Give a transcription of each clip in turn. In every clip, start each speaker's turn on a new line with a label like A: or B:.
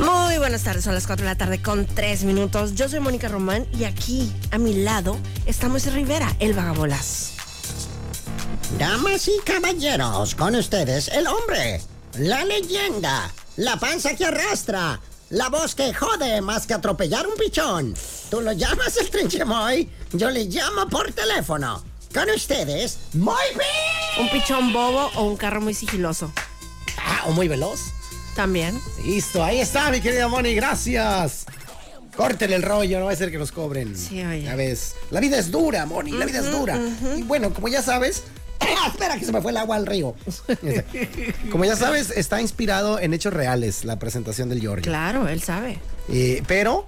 A: Muy buenas tardes, son las 4 de la tarde con 3 minutos. Yo soy Mónica Román y aquí a mi lado está Moisés Rivera, el vagabolas.
B: Damas y caballeros, con ustedes el hombre, la leyenda, la panza que arrastra, la voz que jode más que atropellar un pichón. Tú lo llamas el trinchemoy, yo le llamo por teléfono. Con ustedes, muy bien.
A: ¿Un pichón bobo o un carro muy sigiloso?
B: Ah, o muy veloz.
A: También.
B: Listo, ahí está, mi querida Moni, gracias. Córtele el rollo, no va a ser que nos cobren.
A: Sí, oye.
B: Ya ves. La vida es dura, Moni, la vida es dura. Y bueno, como ya sabes. Espera, que se me fue el agua al río. Este, Como ya sabes, está inspirado en hechos reales la presentación del Giorgio.
A: Claro, él sabe.
B: Eh, pero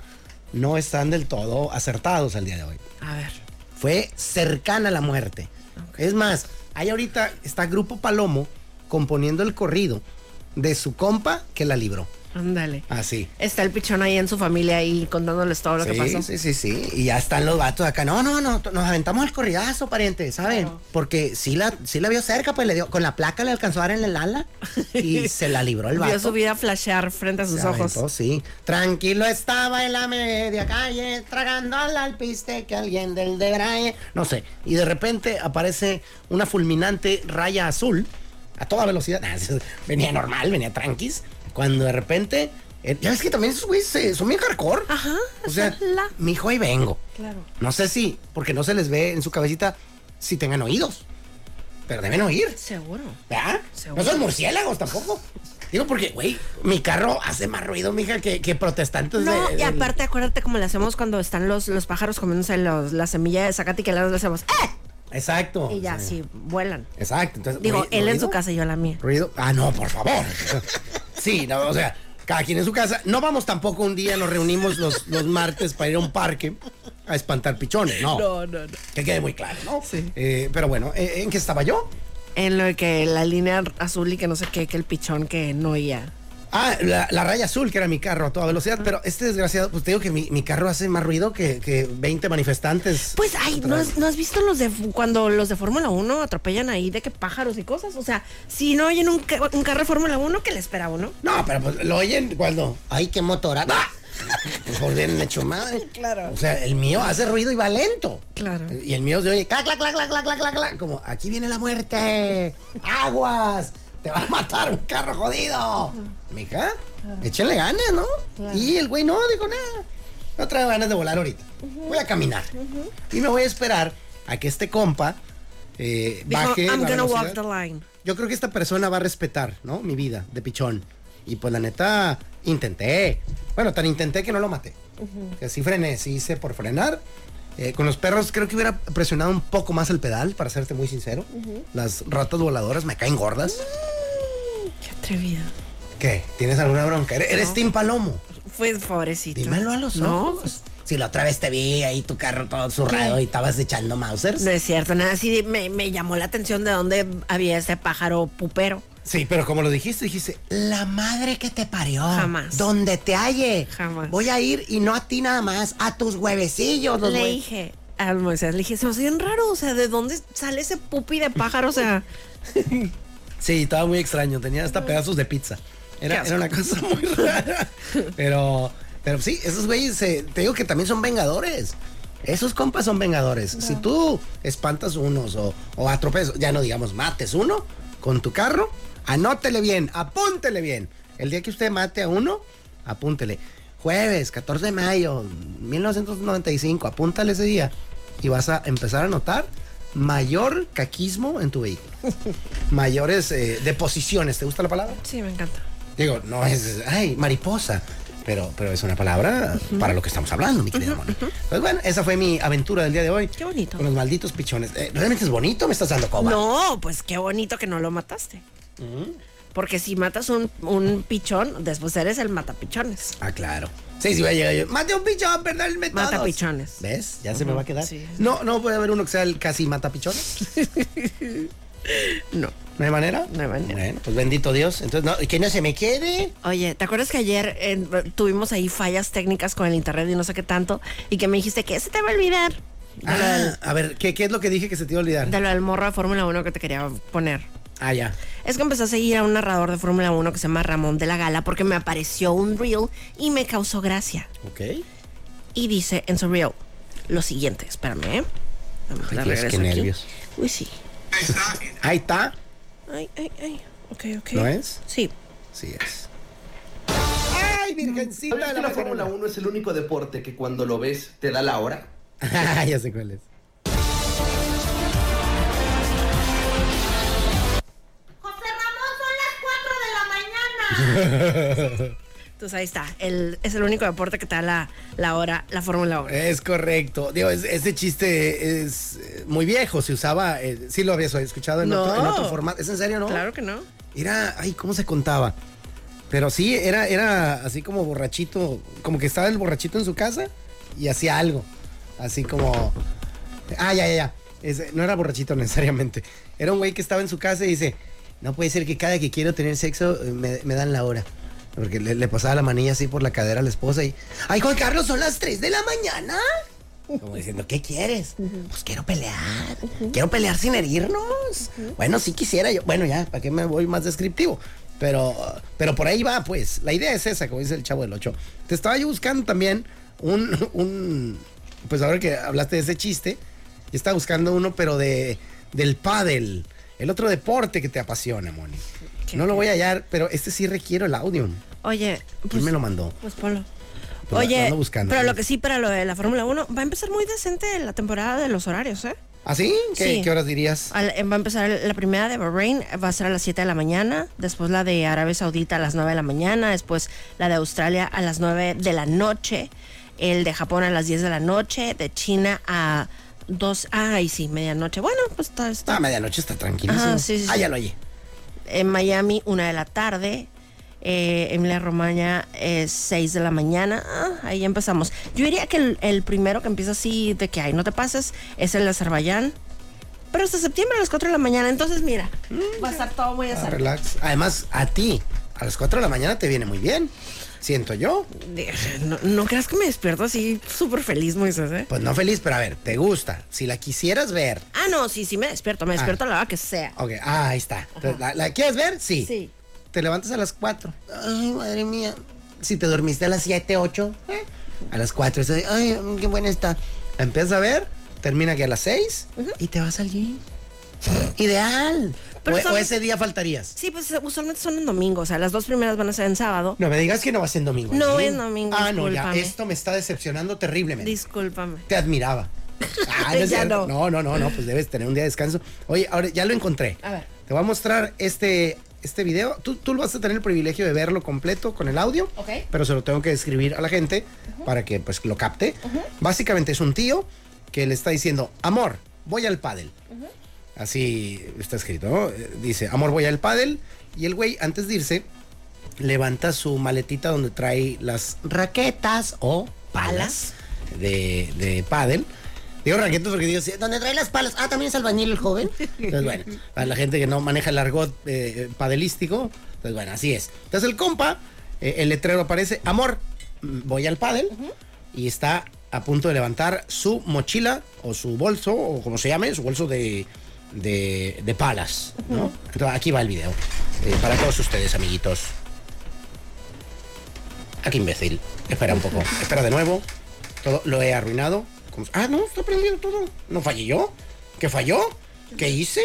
B: no están del todo acertados al día de hoy.
A: A ver.
B: Fue cercana a la muerte. Es más, hay ahorita, está Grupo Palomo componiendo el corrido de su compa que la libró. Ah,
A: Ándale.
B: Así.
A: Está el pichón ahí en su familia ahí contándoles todo lo que
B: sí,
A: pasó.
B: Sí, sí, sí. Y ya están los vatos acá. No, no, no. t- Nos aventamos el corridazo, pariente, ¿saben? Porque sí la, sí la vio cerca, pues le dio. Con la placa le alcanzó a dar en el ala y se la libró el vato.
A: Vio su vida flashear frente a sus
B: Se
A: ojos.
B: aventó, sí. Tranquilo estaba en la media calle, tragando al alpiste que alguien del de Braille. No sé. Y de repente aparece una fulminante raya azul a toda velocidad. Ah, venía normal, venía tranquis. Cuando de repente. eh, Ya ves que también esos güeyes eh, son bien hardcore.
A: Ajá,
B: O sea,
A: la-
B: mi hijo ahí vengo.
A: Claro.
B: No sé si, porque no se les ve en su cabecita si tengan oídos. Pero deben oír.
A: Seguro.
B: ¿Verdad?
A: Seguro.
B: No son murciélagos tampoco. Digo, porque, güey, mi carro hace más ruido, mija, que, que protestantes de-
A: No, y
B: del-
A: aparte acuérdate cómo le hacemos cuando están los, los pájaros comiéndose los, la semilla de zacate y que le hacemos ¡eh!
B: Exacto.
A: Y ya,
B: Sí.
A: sí, vuelan.
B: Exacto. Entonces,
A: Digo,
B: güey,
A: él en
B: ruido,
A: su casa y yo la mía.
B: Ruido. Ah, no, por favor. sí, no, o sea, cada quien en su casa. No vamos tampoco un día, nos reunimos los, los martes para ir a un parque a espantar pichones, no.
A: no, no.
B: Que quede muy claro, ¿no?
A: Sí.
B: Eh, pero bueno, ¿eh, ¿en qué estaba yo?
A: En lo que la línea azul y que no sé qué, que el pichón que no ya.
B: Ah, la, la raya azul, que era mi carro a toda velocidad,
A: Ah.
B: pero este desgraciado, pues te digo que mi, mi carro hace más ruido que, que 20 manifestantes.
A: Pues, ay, ¿no has, no has visto los de cuando los de Fórmula 1 atropellan ahí de que pájaros y cosas? O sea, si no oyen un, ca- un carro de Fórmula 1, ¿qué le espera a uno?
B: No, pero pues lo oyen cuando. Ay, qué motorada. Pues por bien hecho madre.
A: Claro.
B: O sea, el mío hace ruido y va lento.
A: Claro.
B: Y el mío se oye, clac, clac, clac, clac, clac, clac, clac, clac. Como, aquí viene la muerte. Aguas. Te va a matar un carro jodido. Mija, échenle ganas, ¿no? Y el güey no dijo nada. No traigo ganas de volar ahorita. Voy a caminar. Y me voy a esperar a que este compa eh,
A: Dijo,
B: baje.
A: I'm
B: la
A: gonna walk
B: velocidad".
A: the line.
B: yo creo que esta persona va a respetar, ¿no? Mi vida de pichón. Y pues la neta, intenté. Bueno, tan intenté que no lo maté. Que sí frené, sí hice por frenar. Eh, con los perros creo que hubiera presionado un poco más el pedal, para serte muy sincero. Las ratas voladoras me caen gordas.
A: Qué atrevido.
B: ¿Qué? ¿Tienes alguna bronca? ¿Eres, eres Team Palomo?
A: Fue Pues, pobrecito.
B: Dímelo a los
A: No,
B: ojos. Si la otra vez te vi ahí tu carro todo zurrado y estabas echando Mausers.
A: No es cierto, nada así me, me llamó la atención de dónde había ese pájaro pupero.
B: Sí, pero como lo dijiste, dijiste, la madre que te parió.
A: Jamás.
B: Donde te halle.
A: Jamás.
B: Voy a ir y no a ti nada más, a tus huevecillos. Los
A: le
B: hue-
A: dije al Moisés, le dije, se me hace bien raro, o sea, ¿de dónde sale ese pupi de pájaro? O sea,
B: Sí, estaba muy extraño. Tenía hasta pedazos de pizza.
A: Qué
B: Era,
A: asco.
B: era una cosa muy rara. Pero, pero sí, esos güeyes, eh, te digo que también son vengadores. Esos compas son vengadores. Si tú espantas unos o, o atropellas, ya no digamos mates uno con tu carro, anótele bien, apúntele bien. El día que usted mate a uno, apúntele. Jueves, 14 de mayo, 1995, apúntale ese día y vas a empezar a notar mayor caquismo en tu vehículo mayores eh, deposiciones. ¿Te gusta la palabra?
A: sí, me encanta.
B: Digo, no es, ay, mariposa, pero, pero es una palabra para lo que estamos hablando, mi querida Moni. Pues bueno, esa fue mi aventura del día de hoy.
A: Qué bonito.
B: Con los malditos Oh, pichones. Eh, ¿Realmente es bonito? ¿Me estás dando coba?
A: No, pues qué bonito que no lo mataste. Porque si matas un, un pichón, después eres el matapichones.
B: Ah, claro. Sí, sí, voy a llegar yo. Mate un pichón, perderme
A: Mata
B: todos.
A: pichones.
B: ¿Ves? Ya se me va a quedar.
A: sí.
B: No, no puede haber uno que sea el casi mata pichones.
A: No.
B: ¿No hay manera?
A: No hay manera.
B: Bueno, pues bendito Dios. Entonces, no, que no se me quede.
A: Oye, ¿te acuerdas que ayer eh, tuvimos ahí fallas técnicas con el internet y no sé qué tanto? Y que me dijiste que se te va a olvidar. De, lo,
B: Ah,
A: del,
B: a ver, ¿qué, qué es lo que dije que se te iba a olvidar?
A: de lo del morro de Fórmula 1 que te quería poner.
B: Ah, ya.
A: Es que empecé a seguir a un narrador de Fórmula 1 que se llama Ramón de la Gala porque me apareció un reel y me causó gracia.
B: Ok. Ay,
A: Y dice en su reel lo siguiente, espérame, ¿eh? Vamos, la
B: Dios, qué
A: regreso aquí.
B: nervios.
A: Uy, sí.
B: Ahí está.
A: Ay, ay, ay. Ok, ok.
B: ¿No es?
A: Sí.
B: Sí es. ¡Ay, virgencita!
C: ¿Sabes que la Fórmula 1 es el único deporte que cuando lo ves te da la hora?
B: Ah, ya sé cuál es.
D: José Ramón, son las 4 de la mañana.
A: Entonces ahí está. El, es el único deporte que te da la, la hora, la Fórmula 1.
B: Es correcto. Digo, es- ese chiste es eh, muy viejo. Se usaba, eh, sí lo habías escuchado en,
A: No.
B: otro, en otro formato. ¿Es en serio, no?
A: Claro que no.
B: Era, ay, ¿cómo se contaba? Pero sí, era, era así como borrachito, como que estaba el borrachito en su casa y hacía algo. Así como. Ah, ya, ya, ya. Ese- no era borrachito necesariamente. Era un güey que estaba en su casa y dice: No puede ser que cada que quiero tener sexo eh, me, me dan la hora. Porque le, le pasaba la manilla así por la cadera a la esposa y. ¡Ay, Juan Carlos, son las 3 de la mañana! Como diciendo, ¿qué quieres? Pues quiero pelear. Quiero pelear sin herirnos. Bueno, sí quisiera yo. Bueno, ya, ¿para qué me voy más descriptivo? Pero, pero por ahí va, pues. La idea es esa, como dice el chavo del 8. Te estaba yo buscando también un, un- Pues ahora que hablaste de ese chiste, yo estaba buscando uno, pero de del pádel. El otro deporte que te apasiona, Moni.
A: ¿Qué?
B: No lo voy a hallar, pero este sí requiero el audio.
A: Oye,
B: ¿Quién
A: pues,
B: me lo mandó?
A: pues ponlo.
B: Pues, lo
A: Oye,
B: ando buscando.
A: pero lo que sí para lo de la Fórmula 1, va a empezar muy decente la temporada de los horarios, ¿eh?
B: ¿Ah, sí? ¿Qué,
A: Sí.
B: qué horas dirías?
A: Al- eh, va a empezar la primera de Bahrein, va a ser a las 7 de la mañana, después la de Arabia Saudita a las 9 de la mañana, después la de Australia a las 9 de la noche, el de Japón a las 10 de la noche, de China a 2, ay sí, medianoche. Bueno, pues está, está.
B: Ah, medianoche está tranquilísimo.
A: Ajá, sí, sí,
B: ah,
A: sí.
B: ya lo oye.
A: En Miami, 1 de la tarde. Eh, Emilia Romagna es 6 de la mañana. Ah, ahí empezamos. Yo diría que el, el primero que empieza así de que ahí no te pases es el de Azerbaiyán. Pero hasta septiembre a las 4 de la mañana. Entonces, mira, va a estar todo muy
B: Ah,
A: acertado.
B: relax. Además, a ti, a las 4 de la mañana te viene muy bien. Siento yo.
A: No, no creas que me despierto así súper feliz, Moisés, ¿eh?
B: Pues no feliz, pero a ver, te gusta. Si la quisieras ver.
A: Ah, no, sí, sí me despierto.
B: Ah.
A: Me despierto a la hora que sea.
B: Ok, ah, ahí está. Entonces, ¿La, la quieres ver? Sí.
A: Sí.
B: Te levantas a las 4. Ay, madre mía. Si te dormiste a las 7, 8. ¿eh? A las 4. eso de, Ay, qué buena está. La empiezas a ver, termina que a las 6 y te vas al gym. Ideal.
A: Pero
B: o, o
A: ¿sabes?
B: ese día faltarías.
A: Sí, pues usualmente son en domingo. O sea, las dos primeras van a ser en sábado.
B: No me digas que no vas en domingo. al
A: No,
B: gym.
A: en domingo,
B: Ah, no, ya.
A: discúlpame.
B: Esto me está decepcionando terriblemente.
A: Discúlpame.
B: te admiraba. Ah, no, es
A: Ya
B: cierto.
A: no.
B: no, no, no, no, pues debes tener un día de descanso. Oye, ahora ya lo encontré.
A: A ver.
B: Te voy a mostrar este, este video. Tú, tú vas a tener el privilegio de verlo completo con el audio.
A: Ok.
B: Pero se lo tengo que describir a la gente para que pues lo capte. Básicamente es un tío que le está diciendo, amor, voy al pádel. Así está escrito, ¿no? Eh, Dice, amor, voy al pádel. Y el güey, antes de irse, levanta su maletita donde trae las raquetas o palas de, de pádel. Digo raquetas porque digo, sí, donde trae las palas. Ah, también es albañil el joven. Entonces, bueno, para la gente que no maneja el argot eh, padelístico, pues bueno, así es. Entonces el compa, eh, el letrero aparece, amor, mm, voy al pádel. Y está a punto de levantar su mochila o su bolso, o como se llame, su bolso de, de, de palas, ¿no? Entonces aquí va el video. eh, para todos ustedes, amiguitos. Ah, qué imbécil. Espera un poco. Espera de nuevo. Todo lo he arruinado. ¿Cómo se- Ah, no, está prendido todo. ¿No fallé yo? ¿Qué falló? ¿Qué hice?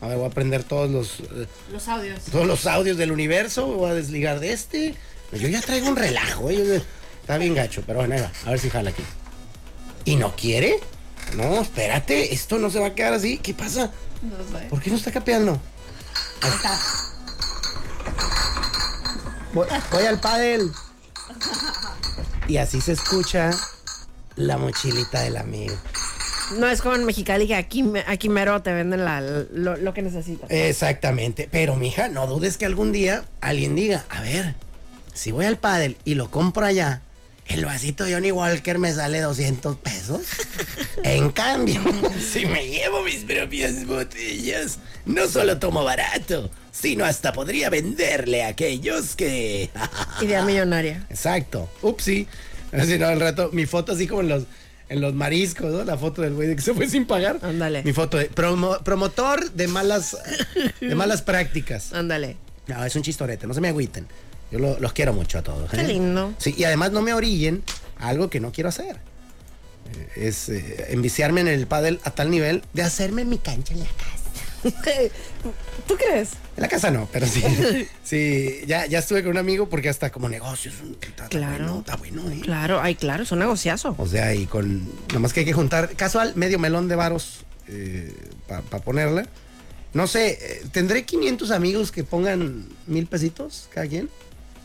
B: A ver, voy a prender todos los, eh,
A: Los audios.
B: todos los audios del universo. Voy a desligar de este. Yo ya traigo un relajo. eh. Está bien gacho, pero bueno, ahí va. A ver si jala aquí. ¿Y no quiere? No, espérate. Esto no se va a quedar así. ¿Qué pasa? ¿Por qué no está capeando? Ahí está. Voy, voy al pádel. Y así se escucha la mochilita del amigo.
A: No es como en Mexicali que aquí, me- aquí mero te venden la- lo, lo que necesitas.
B: Exactamente. Pero, mija, no dudes que algún día alguien diga, a ver, si voy al pádel y lo compro allá, el vasito de Johnny Walker me sale 200 pesos. en cambio, si me llevo mis propias botellas, no solo tomo barato, sino hasta podría venderle a aquellos que...
A: Idea millonaria.
B: Exacto. Upsi. Así no, al rato, mi foto así como en los, en los mariscos, ¿no? La foto del güey de que se fue sin pagar.
A: Ándale.
B: Mi foto de promo- promotor de malas, de malas prácticas.
A: Ándale.
B: No, es un chistorete, no se me agüiten. Yo lo- los quiero mucho a todos.
A: Qué
B: ¿eh?
A: lindo.
B: Sí, y además no me orillen a algo que no quiero hacer. Eh, Es eh, enviciarme en el pádel a tal nivel de hacerme mi cancha en la casa.
A: ¿Tú crees?
B: En la casa no, pero sí. sí, ya, ya estuve con un amigo porque hasta como negocios. Está,
A: Claro.
B: Está bueno, está bueno, ¿eh?
A: Claro, ay, claro, es un negociazo.
B: O sea, y con. Nomás que hay que juntar casual, medio melón de varos eh, para ponerla. No sé, eh, ¿tendré 500 amigos que pongan mil pesitos cada quien?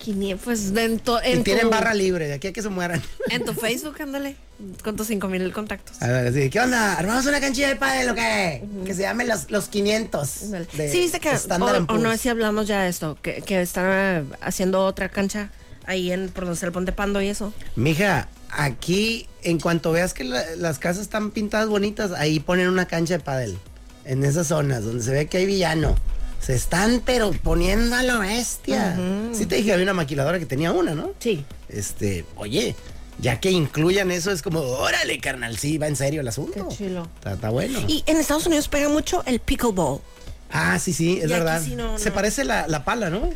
A: Quini- Pues de en, to-
B: Y
A: en
B: tienen
A: tu,
B: barra libre, de aquí a que se mueran.
A: En tu Facebook, ándale. Con tus 5000 contactos.
B: A ver, así, ¿qué onda? ¿Armamos una canchilla de pádel o qué? Que se llame Los, los 500.
A: Ándale.
B: de
A: Sí, viste que.
B: Standard
A: O,
B: and
A: o no,
B: Poor's.
A: si hablamos ya de esto, que, que están eh, haciendo otra cancha ahí en por donde está el Ponte Pando y eso.
B: Mija, aquí, en cuanto veas que la- las casas están pintadas bonitas, ahí ponen una cancha de pádel. En esas zonas donde se ve que hay villano. Se están, pero poniendo a la bestia. Sí te dije que había una maquiladora que tenía una, ¿no?
A: Sí.
B: Este, oye, ya que incluyan eso, es como, órale, carnal, sí, va en serio el asunto.
A: Qué chilo.
B: Está, está bueno.
A: Y en Estados Unidos pega mucho el pickleball.
B: Ah, sí, sí, es
A: Y aquí
B: verdad.
A: sí, no,
B: Se
A: no.
B: parece la, la pala, ¿no?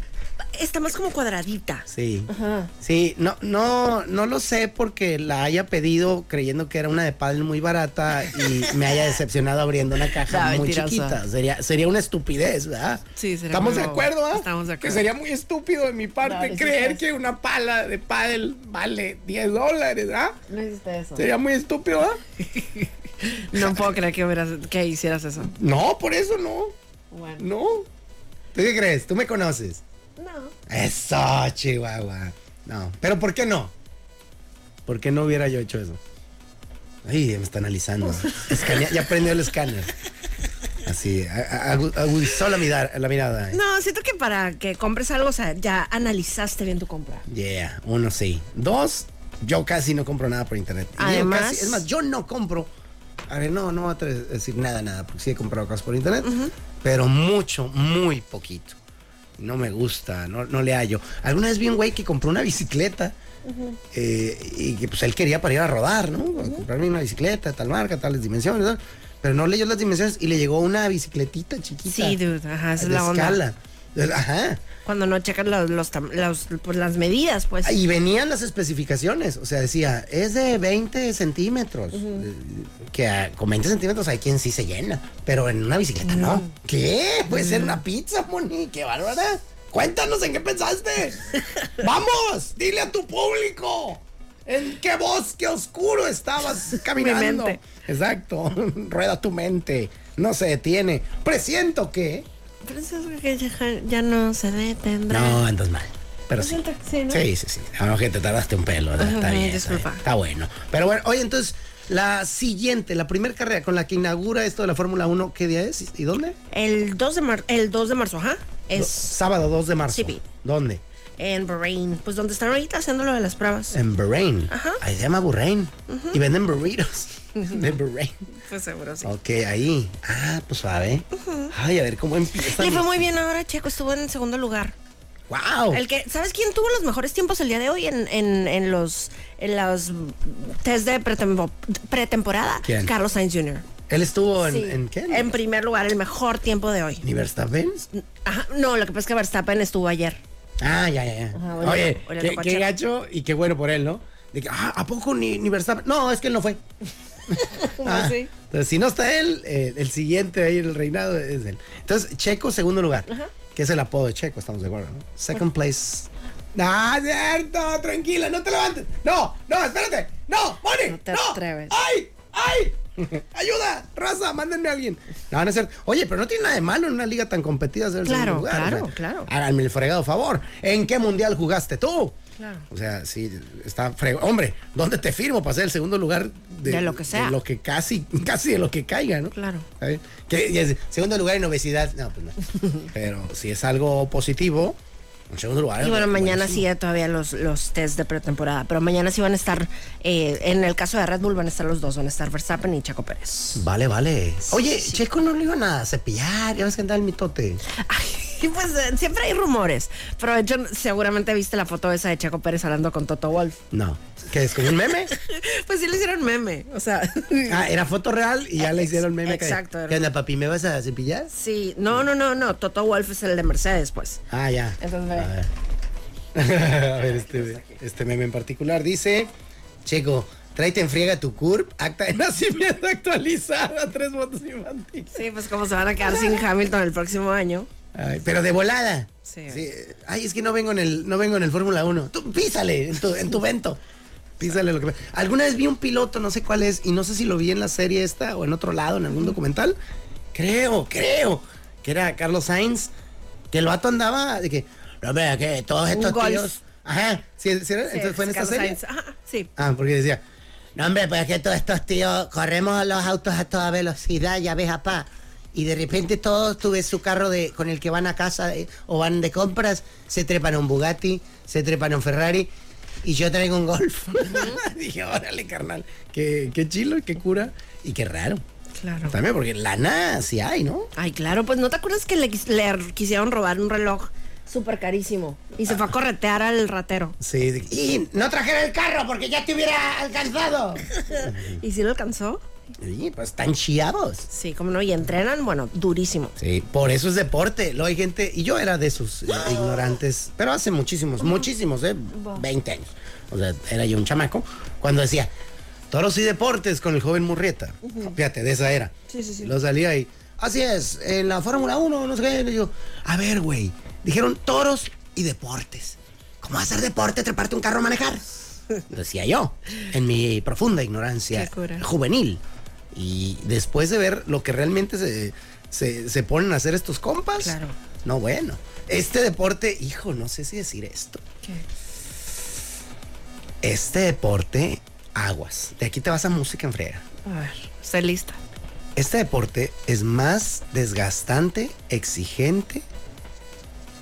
A: Está más como cuadradita.
B: Sí.
A: Ajá.
B: Sí, no, no, no lo sé porque la haya pedido creyendo que era una de pádel muy barata y me haya decepcionado abriendo una caja
A: Ah,
B: muy
A: mentirosa.
B: chiquita. Sería, sería una estupidez, ¿verdad?
A: Sí, sería
B: Estamos
A: muy
B: de
A: bobo.
B: acuerdo, ¿ah?
A: Estamos de acuerdo.
B: Que sería muy estúpido de mi parte
A: No,
B: creer
A: necesitas-
B: que una pala de pádel vale 10 dólares, ¿ah?
A: No hiciste eso.
B: Sería muy estúpido, ¿ah?
A: No puedo creer que, hubieras- que hicieras eso.
B: No, por eso no.
A: Bueno.
B: No. ¿Tú qué crees? ¿Tú me conoces?
A: No.
B: Eso, Chihuahua. No. ¿Pero por qué no? ¿Por qué no hubiera yo hecho eso? Ay, ya me está analizando. Escanea- ya prendió el escáner. Así, a- a- agu- agudizó la, midar- la mirada.
A: No, siento que para que compres algo, o sea, ya analizaste bien tu compra.
B: Yeah, uno sí. Dos, yo casi no compro nada por internet. Y digo
A: Además-
B: casi- es más, yo no compro. A ver, no, no voy a atrever a decir nada, nada, porque sí he comprado cosas por internet, pero mucho, muy poquito. No me gusta, no, no le hallo. Alguna vez vi un güey que compró una bicicleta eh, y que pues él quería para ir a rodar, ¿no? A Comprarme una bicicleta de tal marca, tales dimensiones, ¿no? pero no leyó las dimensiones y le llegó una bicicletita chiquita.
A: Sí, dude, ajá, esa es
B: de
A: la onda.
B: escala. Ajá.
A: Cuando no checas los, los tam- los- pues, las medidas, pues.
B: Y venían las especificaciones, o sea, decía, es de 20 centímetros. Eh, Que ah, con 20 centímetros hay quien sí se llena, pero en una bicicleta no. ¿Qué? Puede ser una pizza, Moni, qué bárbara. Cuéntanos en qué pensaste. ¡Vamos! Dile a tu público. ¿En qué bosque oscuro estabas caminando?
A: mente.
B: Exacto. Rueda tu mente. No se detiene. Presiento que.
A: Pero eso es que ya, ya no se detendrá.
B: No, andas mal. Pero sí.
A: Siento que sí, ¿no?
B: Sí, sí, sí. A lo que te tardaste un pelo. Está,
A: Ajá,
B: bien, está
A: disculpa.
B: bien. Está bueno. Pero bueno, oye, entonces, la siguiente, la primera carrera con la que inaugura esto de la Fórmula 1, ¿qué día es? ¿Y dónde?
A: El 2 de, mar- el 2 de marzo, ajá. Es
B: Sábado 2 de marzo.
A: Sí, pi.
B: ¿Dónde?
A: en Bahrein. Pues donde están ahorita haciendo lo de las pruebas.
B: En Bahrein.
A: Ajá.
B: Ahí se llama Bahrein. Y venden burritos. De Bahrein.
A: Pues seguro sí.
B: Ok, ahí. Ah, pues suave. Ay, a ver cómo empieza.
A: Le fue muy bien ahora, Checo. Estuvo en segundo lugar.
B: ¡Wow!
A: El que, ¿Sabes quién tuvo los mejores tiempos el día de hoy en, en, en los, en los test de pretempo- pretemporada?
B: ¿Quién?
A: Carlos Sainz Jr.
B: Él estuvo en,
A: Sí.
B: ¿en qué?
A: En primer lugar, el mejor tiempo de hoy.
B: ¿Ni Verstappen?
A: Ajá, no, lo que pasa es que Verstappen estuvo ayer.
B: Ah, ya, ya, ya.
A: Ajá, oye,
B: Oye,
A: oye,
B: qué,
A: tocó
B: qué
A: Checo.
B: gacho y qué bueno por él, ¿no? De que, ah, ¿a poco ni, ni Verstappen? No, es que él no fue. Ah,
A: sí.
B: Entonces, si no está él, eh, el siguiente ahí en el reinado es él. Entonces, Checo, segundo lugar. Que es el apodo de Checo, estamos de acuerdo, ¿no? Second place. ¡Ah, cierto! Tranquila, no te levantes. ¡No! ¡No, espérate! ¡No! ¡Moni!
A: No te atreves.
B: ¡Ay! ¡Ay! ¡Ayuda! ¡Raza! ¡Mándenme a alguien! No, no es cierto. Oye, pero no tiene nada de malo en una liga tan competida ser el
A: Claro,
B: segundo lugar.
A: claro, claro.
B: Háganme el fregado favor. ¿En qué mundial jugaste tú?
A: Claro.
B: O sea, sí, está fregón. Hombre, ¿dónde te firmo para ser el segundo lugar
A: De lo que sea.
B: De lo que casi, casi de lo que caiga, ¿no?
A: Claro.
B: Está bien. Que- y es- segundo lugar en obesidad, no, pues no. Pero si es algo positivo, en segundo lugar.
A: Y
B: es
A: bueno, mañana
B: buenísimo.
A: sigue todavía los, los test de pretemporada, pero mañana sí van a estar, eh, en el caso de Red Bull van a estar los dos, van a estar Verstappen y Chaco Pérez.
B: Vale, vale. Oye,
A: sí.
B: Checo no lo iban a cepillar, ya ves que andaba el mitote.
A: Ay, pues eh, siempre hay rumores, pero de hecho seguramente viste la foto esa de Chaco Pérez hablando con Toto Wolf.
B: No. ¿Que es como un meme?
A: Pues sí le hicieron meme, o sea...
B: Ah, era foto real y ya le hicieron meme. que-
A: Exacto, era-
B: ¿Qué onda, papi? ¿Me vas a cepillar?
A: Sí, no, no, no, no, Toto Wolf es el de Mercedes, pues.
B: Ah, ya.
A: Entonces,
B: a
A: ve.
B: ver. A ver, este, este meme en particular dice: Checo, tráete en friega tu CURP, acta de nacimiento actualizada, tres votos infantiles.
A: Sí, pues como se van a quedar sin Hamilton el próximo año.
B: Ay, pero de volada.
A: Sí.
B: Ay, es que no vengo en el, no vengo en el Fórmula 1. Tú písale en tu, en tu vento. Písale lo que Alguna vez vi un piloto, no sé cuál es, y no sé si lo vi en la serie esta o en otro lado, en algún documental. Creo, creo. Que era Carlos Sainz. Que el vato andaba de que. No, hombre, que todos estos
A: golf.
B: tíos. Ajá. sí, sí era,
A: Sí, pues,
B: entonces fue en esta
A: Carlos
B: serie.
A: Sainz. Ajá, sí.
B: Ah, porque decía, no hombre, pues es que todos estos tíos corremos los autos a toda velocidad, ya ves, apá. Y de repente todos, tú ves su carro de, con el que van a casa eh, o van de compras, se trepan a un Bugatti, se trepan a un Ferrari y yo traigo un Golf. Dije, órale, carnal, qué, qué chilo, qué cura y qué raro.
A: Claro.
B: También porque lana sí hay, ¿no?
A: Ay, claro, pues no te acuerdas que le, quis- le quisieron robar un reloj súper carísimo y se fue a corretear al ratero.
B: Sí, de- y no trajera el carro porque ya te hubiera alcanzado.
A: ¿Y si lo alcanzó?
B: y pues están chiados.
A: Sí, como no, y entrenan, bueno, durísimo.
B: Sí, por eso es deporte. Lo hay gente, y yo era de esos eh, ignorantes, pero hace muchísimos, muchísimos, ¿eh? 20 años. O sea, era yo un chamaco, cuando decía, toros y deportes con el joven Murrieta. Fíjate, de esa era.
A: Sí, sí, sí.
B: Lo salía y, así es, en la Fórmula 1, no sé qué, y yo, a ver, güey, dijeron toros y deportes. ¿Cómo hacer deporte, treparte un carro, manejar? Decía yo, en mi profunda ignorancia
A: Qué cura.
B: juvenil. Y después de ver lo que realmente se, se, se ponen a hacer estos compas.
A: Claro.
B: No, bueno. Este deporte, hijo, no sé si decir esto. Este deporte, aguas. De aquí te vas a música en frega.
A: A ver, estoy lista.
B: Este deporte es más desgastante, exigente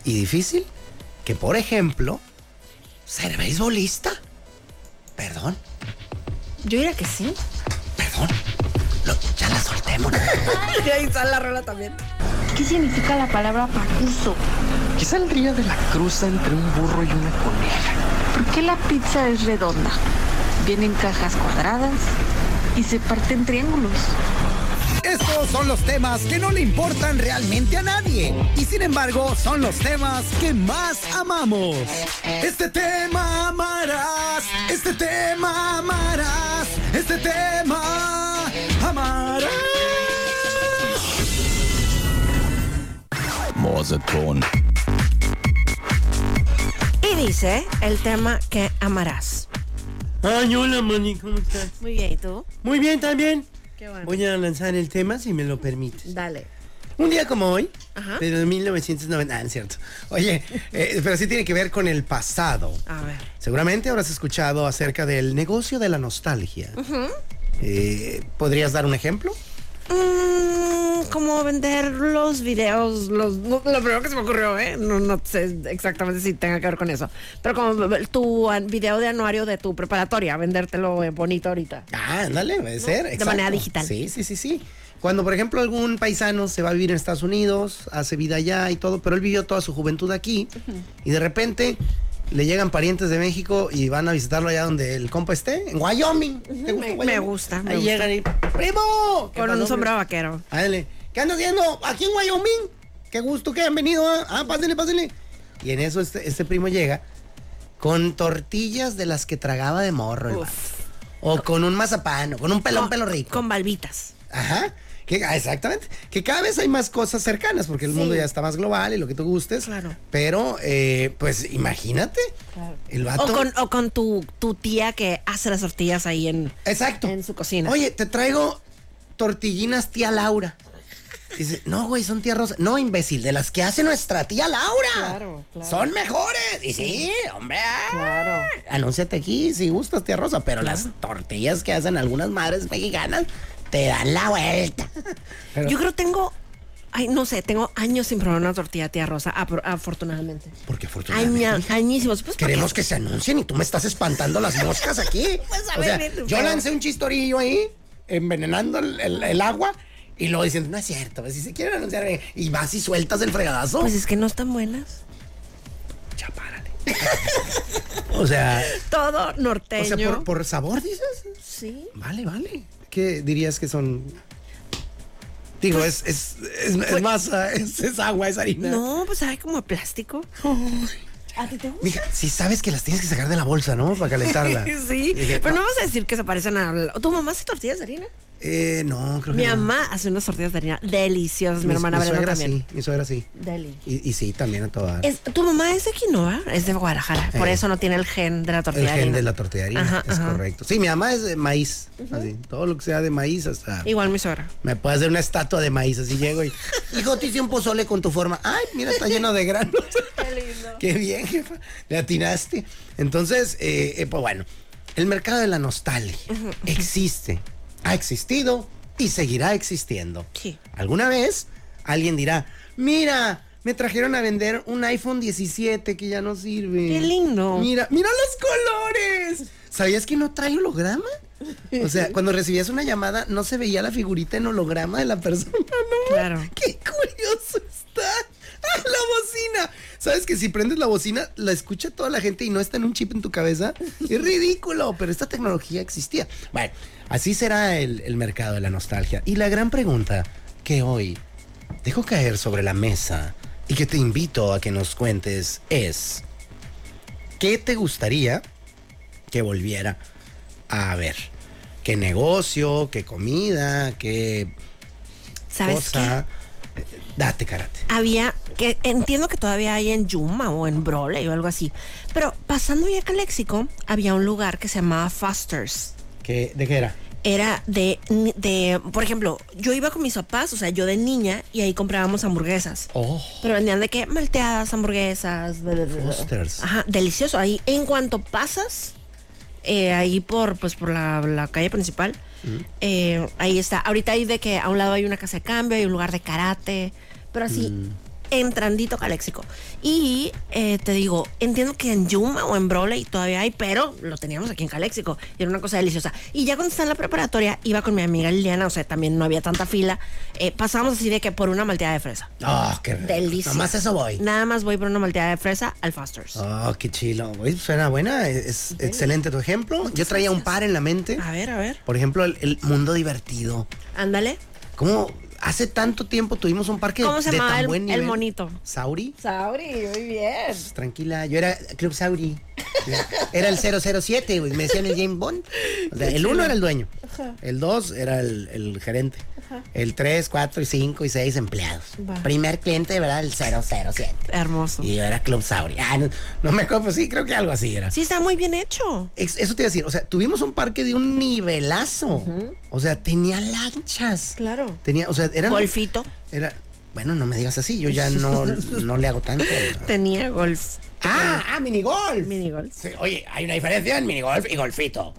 B: y difícil que, por ejemplo, ser beisbolista. Perdón,
A: Yo diría que sí.
B: perdón. Lo- ya la solté, mona.
A: Y ahí está la rola también.
E: ¿Qué significa la palabra pacuso?
F: ¿Qué saldría de la cruza entre un burro y una coneja?
E: ¿Por qué la pizza es redonda? Viene en cajas cuadradas y se parte en triángulos.
G: Estos son los temas que no le importan realmente a nadie y sin embargo son los temas que más amamos. Este tema amarás, este tema amarás, este tema amarás.
H: Morseton.
A: Y dice el tema que amarás.
B: Ay, hola, Moni, ¿cómo estás?
A: Muy bien, ¿y tú?
B: Muy bien, también.
A: Qué bueno.
B: Voy a lanzar el tema si me lo permites.
A: Dale.
B: Un día como hoy,
A: Ajá.
B: pero en 1990, ah, es cierto. Oye, eh, pero sí tiene que ver con el pasado.
A: A ver.
B: Seguramente habrás escuchado acerca del negocio de la nostalgia. Eh, ¿Podrías dar un ejemplo?
A: Mm, ¿Cómo vender los videos? Los, no, lo primero que se me ocurrió, ¿eh? No, no sé exactamente si tenga que ver con eso. Pero como tu an- video de anuario de tu preparatoria, vendértelo eh, bonito ahorita.
B: Ah, ándale, puede ser.
A: de manera digital.
B: Sí, sí, sí, sí. Cuando, por ejemplo, algún paisano se va a vivir en Estados Unidos, hace vida allá y todo, pero él vivió toda su juventud aquí y de repente le llegan parientes de México y van a visitarlo allá donde el compa esté, en Wyoming. ¿Te
A: Me-
B: gusta
A: me
B: Wyoming?
A: gusta, me
B: Ahí
A: gusta.
B: llegan y, ¡primo! ¿Qué
A: Con
B: pasó,
A: un
B: primo?
A: sombrero vaquero.
B: Ándale. ¿Qué andas haciendo? Aquí en Wyoming. Qué gusto que han venido. Ah, ah pásenle, pásenle. Y en eso este, este primo llega con tortillas de las que tragaba de morro. el
A: Uf.
B: vato. O con un mazapán, o con un pelón pelo rico.
A: Con balbitas.
B: Ajá. Que, ah, exactamente. Que cada vez hay más cosas cercanas, porque el
A: Sí.
B: mundo ya está más global y lo que tú gustes.
A: Claro.
B: Pero, eh, pues, imagínate. El vato.
A: O con, o con tu, tu tía que hace las tortillas ahí en.
B: Exacto.
A: en su cocina.
B: Oye, te traigo tortillinas tía Laura. Dice, no, güey, son tía Rosa. No, imbécil, de las que hace nuestra tía Laura.
A: Claro, claro.
B: Son mejores. Y sí, hombre. ah.
A: Claro.
B: Anúnciate aquí si gustas, tía Rosa. Pero las tortillas que hacen algunas madres mexicanas te dan la vuelta.
A: Yo creo que tengo, ay, no sé, tengo años sin probar una tortilla tía Rosa, apro- afortunadamente.
B: Porque afortunadamente.
A: Aña, añísimos. Pues, ¿para
B: Queremos
A: qué?
B: que se anuncien y tú me estás espantando las moscas aquí.
A: Pues, a
B: O sea,
A: ver, pero-
B: yo lancé un chistorillo ahí, envenenando el, el- el agua, y luego diciendo, no es cierto, pues, si se quieren anunciar, eh, y vas y sueltas el fregadazo.
A: Pues es que no están buenas.
B: ya párale. o sea,
A: Todo norteño.
B: o sea por, por sabor dices.
A: Sí.
B: Vale, vale. ¿Qué dirías que son? Digo, es, es, es, es masa, es, es agua, es harina.
A: Pues, No, pues sabe como a plástico. ¿A ti te gusta?
B: Mija, si sabes que las tienes que sacar de la bolsa, ¿no? Para calentarla.
A: Sí,
B: Dije,
A: pero no vamos a decir que se parecen a... ¿Tu mamá hace tortillas de harina?
B: Eh, no, creo que
A: Mi
B: no.
A: mamá hace unas tortillas de harina deliciosas. Mi, hermana Brenda
B: suegra
A: también.
B: sí, mi suegra sí.
A: Deli.
B: Y, y sí, también a toda.
A: Es- tu mamá es de Quinoa, es de Guadalajara, por
B: Eh.
A: eso no tiene el gen de la
B: el
A: tortilla
B: gen
A: harina.
B: de la tortilla de harina,
A: Ajá,
B: es
A: ajá.
B: correcto. Sí, mi mamá es de maíz, así, todo lo que sea de maíz hasta...
A: Igual mi suegra.
B: Me puede hacer una estatua de maíz, así llego y... Hijo, te hice un pozole con tu forma. Ay, mira, está lleno de granos. Qué lindo. Qué bien, jefa, le atinaste. Entonces, eh, eh, pues bueno, el mercado de la nostalgia existe, ha existido y seguirá existiendo.
A: Sí.
B: Alguna vez alguien dirá, mira, me trajeron a vender un iPhone 17 que ya no sirve.
A: Qué lindo.
B: Mira, mira los colores. ¿Sabías que no trae holograma? O sea, cuando recibías una llamada no se veía la figurita en holograma de la persona, ¿no?
A: Claro.
B: Qué curioso está. ¡Ah, la bocina! ¿Sabes que si prendes la bocina, la escucha toda la gente y no está en un chip en tu cabeza? Es ridículo, pero esta tecnología existía. Bueno, así será el, el mercado de la nostalgia. Y la gran pregunta que hoy dejo caer sobre la mesa y que te invito a que nos cuentes es... ¿Qué te gustaría que volviera a ver? ¿Qué negocio? ¿Qué comida? ¿Qué
A: ¿Sabes
B: cosa? Eh, Date, karate.
A: qué? Había, que entiendo que todavía hay en Yuma o en Brole o algo así, pero pasando ya acá al léxico, había un lugar que se llamaba Foster's.
B: ¿Qué, ¿De qué era?
A: Era de, ni- de, por ejemplo, yo iba con mis papás, o sea, yo de niña, y ahí comprábamos hamburguesas.
B: Oh.
A: Pero vendían de qué? Malteadas, hamburguesas. bla, bla, bla, bla.
B: Foster's.
A: Ajá, delicioso. Ahí, en cuanto pasas, eh, ahí por, pues, por la, la calle principal, eh, ahí está. Ahorita hay de que a un lado hay una casa de cambio, hay un lugar de karate, pero así, entrandito caléxico. Y eh, te digo, entiendo que en Yuma o en Broley todavía hay, pero lo teníamos aquí en Caléxico y era una cosa deliciosa. Y ya cuando estaba en la preparatoria, iba con mi amiga Liliana, o sea, también no había tanta fila. eh, pasábamos así de que por una malteada de fresa.
B: Oh, qué rico.
A: Delicioso.
B: Nomás eso voy.
A: Nada más voy por una malteada de fresa al Foster's.
B: Oh, qué chilo. Oye, Suena buena. Es excelente tu ejemplo. Yo traía un par en la mente.
A: A ver, a ver.
B: Por ejemplo, el, el mundo divertido.
A: Ándale.
B: ¿Cómo? Hace tanto tiempo tuvimos un parque
A: ¿Cómo se
B: de
A: llamaba
B: tan
A: el-
B: buen
A: el
B: nivel.
A: monito?
B: ¿Sauri? Pues,
A: Sauri, muy bien.
B: Tranquila, yo era Club Sauri. Era el 007, güey. Me decían el James Bond. O sea, el 1 era el dueño. El 2 era el, el gerente. El 3, 4 y 5 y 6 empleados.
A: Va.
B: Primer cliente, ¿verdad? El 007.
A: Hermoso.
B: Y yo era Club Sauri. Ah, no, no me acuerdo, pues sí, creo que algo así era.
A: Sí, está muy bien hecho.
B: Ex- Eso te iba a decir, o sea, tuvimos un parque de un nivelazo. O sea, tenía lanchas.
A: Claro.
B: Tenía, o sea, eran...
A: Golfito.
B: Era, bueno, no me digas así, yo ya no, no le hago tanto.
A: Tenía golf.
B: Ah, ah, minigolf.
A: Minigolf.
B: Sí, oye, hay una diferencia en minigolf y golfito.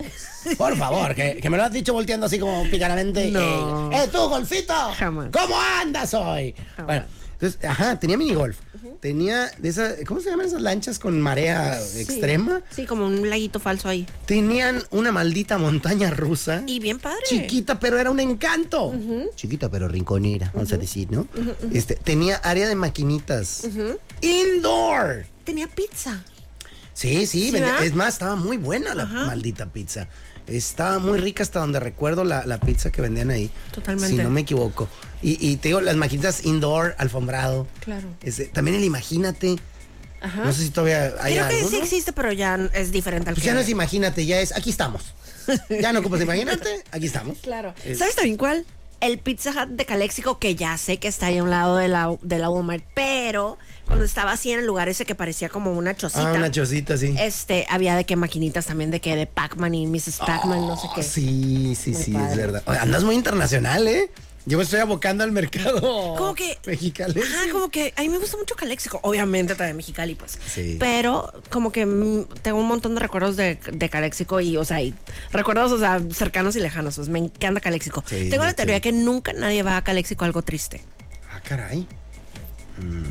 B: Por favor, que, que me lo has dicho volteando así como picanamente.
A: No.
B: Eh, ¡Eh, tú, golfito!
A: Jamás.
B: ¿Cómo andas hoy? Bueno, entonces, ajá, tenía minigolf. Tenía de esas, ¿cómo se llaman esas lanchas con marea extrema?
A: Sí, como un laguito falso ahí.
B: Tenían una maldita montaña rusa.
A: Y bien padre.
B: Chiquita, pero era un encanto. Chiquita, pero rinconera, vamos a decir, ¿no? este, tenía área de maquinitas. Indoor.
A: Tenía pizza.
B: Sí, sí,
A: ¿Sí,
B: vende-
A: verdad?
B: es más, estaba muy buena la maldita pizza. Estaba muy rica hasta donde recuerdo la, la pizza que vendían ahí.
A: Totalmente.
B: Si no me equivoco. Y, y te digo, las maquinitas indoor, alfombrado.
A: Claro.
B: Este, también el Imagínate.
A: Ajá.
B: No sé si todavía hay
A: Creo que
B: algo,
A: sí
B: ¿no?
A: existe, pero ya es diferente al
B: Pues
A: que-
B: ya no es Imagínate, ya es aquí estamos. Ya no ocupas Imagínate, aquí estamos.
A: Claro.
B: Eh,
A: ¿Sabes también cuál? El Pizza Hut de Caléxico, que ya sé que está ahí a un lado de la, de la Walmart, pero cuando estaba así en el lugar ese que parecía como una chocita.
B: Ah, una chocita, sí.
A: Este, había de qué maquinitas también, de que de Pac-Man y Mrs. Pac-Man, no sé qué.
B: Ah, Sí, sí, sí, es
A: padre.
B: verdad. Oye, Andas muy internacional, ¿eh? Yo me estoy abocando al mercado.
A: Como que.
B: Mexicali.
A: Ajá, como que. A mí me gusta mucho Caléxico. Obviamente también Mexicali, pues.
B: Sí.
A: Pero como que mm, tengo un montón de recuerdos de, de Caléxico y, o sea, y recuerdos, o sea, cercanos y lejanos. Pues me encanta Caléxico.
B: Sí,
A: tengo la
B: sí.
A: teoría que nunca nadie va a Caléxico algo triste.
B: Ah, caray. Mm.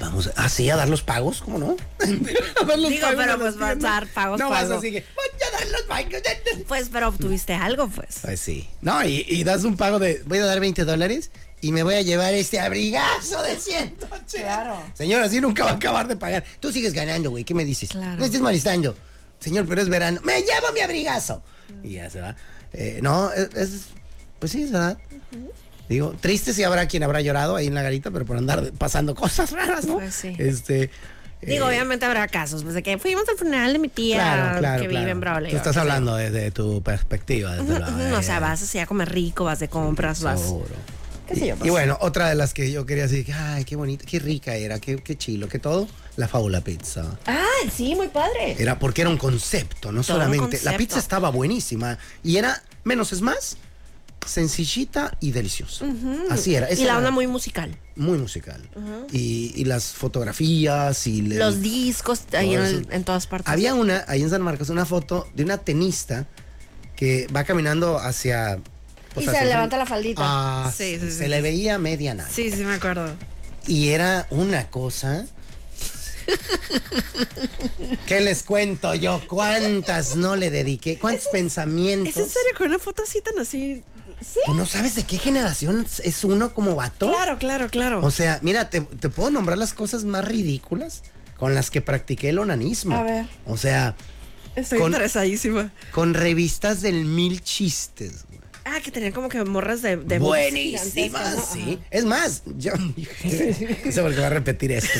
B: Vamos así a dar los pagos, ¿cómo no? a dar los
A: Digo, pero
B: las
A: pues vas a
B: tiendas.
A: dar pagos,
B: No vas
A: pago.
B: así que, voy a dar los pagos.
A: Pues, pero obtuviste algo, pues.
B: Pues sí. No, y, y das un pago de, voy a dar 20 dólares y me voy a llevar este abrigazo de 180. Claro. Señor, así nunca va a acabar de pagar. Tú sigues ganando, güey, ¿qué me dices?
A: Claro.
B: No estés molestando. Señor, pero es verano. ¡Me llevo mi abrigazo! Y ya se va. Eh, no, es, es- pues sí, es verdad. Digo, triste si habrá quien habrá llorado ahí en la garita, pero por andar de- pasando cosas raras, ¿no?
A: Pues sí.
B: Este...
A: Digo,
B: eh,
A: obviamente habrá casos, pues de que fuimos al funeral de mi tía
B: Claro, claro,
A: que
B: claro.
A: vive en Brawley.
B: Tú estás hablando desde tu perspectiva. Desde la-
A: No, o sea, vas así a comer rico, vas de compras, vas.
B: Seguro.
A: ¿Qué sé yo?
B: Y
A: pues.
B: bueno, otra de las que yo quería decir, que, ay, qué bonita, qué rica era, qué, qué chilo, qué todo, la fábula pizza.
A: Ah, sí, muy padre.
B: Era porque era un concepto, no
A: Todo un
B: solamente. La
A: concepto.
B: pizza estaba buenísima y era menos es más, sencillita y deliciosa. Así era. esa
A: y la
B: era
A: onda muy musical.
B: muy musical. y, y las fotografías y le-
A: Los discos ahí en,
B: todo eso.
A: el- en todas partes.
B: Había una, ahí en San Marcos, una foto de una tenista que va caminando hacia. pues,
A: Y se
B: hacia-
A: levanta la faldita.
B: Ah,
A: Sí, sí, sí,
B: se
A: sí.
B: le veía media nada.
A: Sí, sí, me acuerdo.
B: Y era una cosa. ¿Qué les cuento yo? ¿Cuántas no le dediqué? ¿Cuántos
A: ¿Es
B: pensamientos?
A: en serio con una foto así tan así? Sí.
B: ¿Tú no sabes de qué generación es uno como vato?
A: Claro, claro, claro.
B: O sea, mira, te, te puedo nombrar las cosas más ridículas con las que practiqué el onanismo.
A: A ver.
B: O sea,
A: Estoy
B: con-
A: interesadísima.
B: con revistas del mil chistes. güey.
A: Ah, que tenían como que morras de. de
B: Buenísimas,
A: gigantescas, ¿no?
B: sí. Es más, yo no sé por qué va a repetir esto.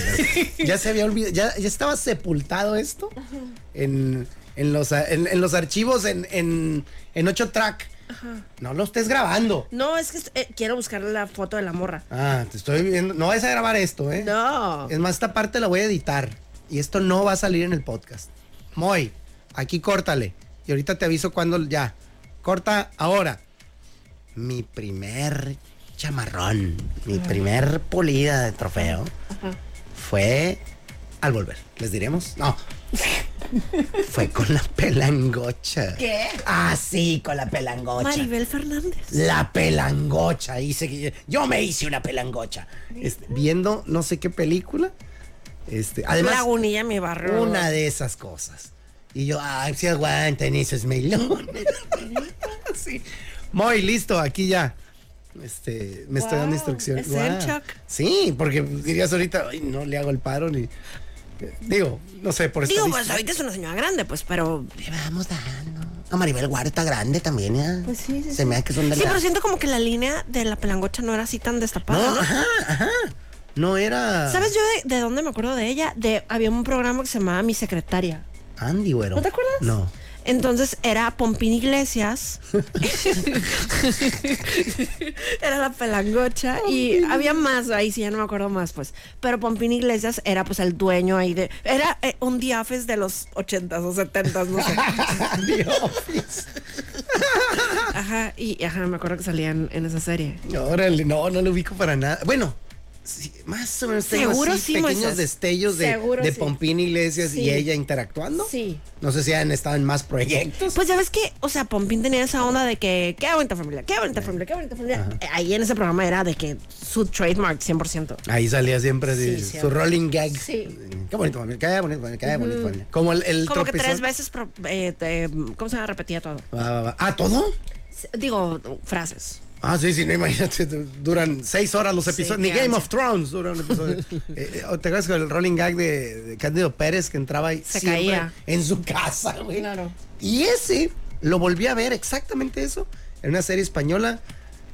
B: pero ya se había olvidado, ya, ya estaba sepultado esto en, en los, a- en, en los archivos en, en, en 8 track. No lo estés grabando.
A: No, es que eh, quiero buscar la foto de la morra.
B: Ah, te estoy viendo. No vas a grabar esto, ¿eh?
A: No.
B: Es más, esta parte la voy a editar y esto no va a salir en el podcast. Moy, aquí córtale. Y ahorita te aviso cuando ya. Corta ahora. Mi primer chamarrón, mi primer pulida de trofeo fue al volver. ¿Les diremos? No. fue con la pelangocha. ¿Qué? Ah, sí, con la pelangocha.
A: Maribel Fernández.
B: La pelangocha, hice que- yo me hice una pelangocha. Este, viendo no sé qué película. Este, además,
A: Lagunilla, mi barrio.
B: una de esas cosas. Y yo, ay, si aguanten esos melones. sí. Muy listo, aquí ya. Este, me estoy
A: Wow,
B: dando instrucciones.
A: ¿es en shock?
B: Sí, porque dirías ahorita, "Ay, no le hago el paro ni. eh, Digo, no sé, por
A: Digo, pues
B: estadística.
A: ahorita es una señora grande, pues, pero.
B: Le vamos dando. A Maribel Huerta grande también, ¿ya? Pues sí, Se me da que son
A: Sí, pero
B: delgadas.
A: siento como que la línea de la pelangocha no era así tan destapada.
B: No,
A: ¿no?
B: ajá, ajá. No era.
A: ¿Sabes yo de, de dónde me acuerdo de ella? De había un programa que se llamaba Mi secretaria.
B: Andy, güero.
A: ¿No te acuerdas?
B: No.
A: Entonces era Pompín Iglesias. era la pelangocha y había más ahí, sí, ya no me acuerdo más, pues. Pero Pompín Iglesias era pues el dueño ahí de. Era eh, un diafes de los 80s o 70s, no sé.
B: Andy Office.
A: Ajá, y ajá, me acuerdo que salían en esa serie.
B: Órale, no, no lo ubico para nada. Bueno, sí, más o menos tengo
A: Seguro
B: así
A: sí,
B: pequeños
A: Moisés.
B: destellos de,
A: Seguro
B: de
A: sí.
B: Pompín Iglesias
A: Sí.
B: y ella interactuando.
A: Sí.
B: No sé si han estado en más proyectos.
A: Pues ya ves que, o sea, Pompín tenía esa onda de que, qué bonita familia, qué bonita familia, qué bonita familia. Eh, Ahí en ese programa era de que su trademark 100%.
B: Ahí salía siempre así,
A: Sí,
B: su
A: siempre.
B: rolling gag.
A: Sí.
B: Qué bonito, familia, qué bonito, familia, qué bonito. familia. Como el, el
A: Como que
B: tropezón.
A: tres veces, pro- eh, eh, ¿cómo se llama? Repetía todo.
B: Va, va, va. Ah, ¿todo?
A: S- Digo, frases.
B: Ah, sí, sí, no imagínate, du- duran seis horas los episodios. Ni
A: qué
B: Game
A: ansia.
B: of Thrones dura un episodio. Eh, eh, ¿Te acuerdas con el rolling gag de, de Cándido Pérez que entraba y
A: Se
B: siempre
A: caía.
B: en su casa, güey?
A: Claro.
B: Y ese lo volví a ver exactamente eso en una serie española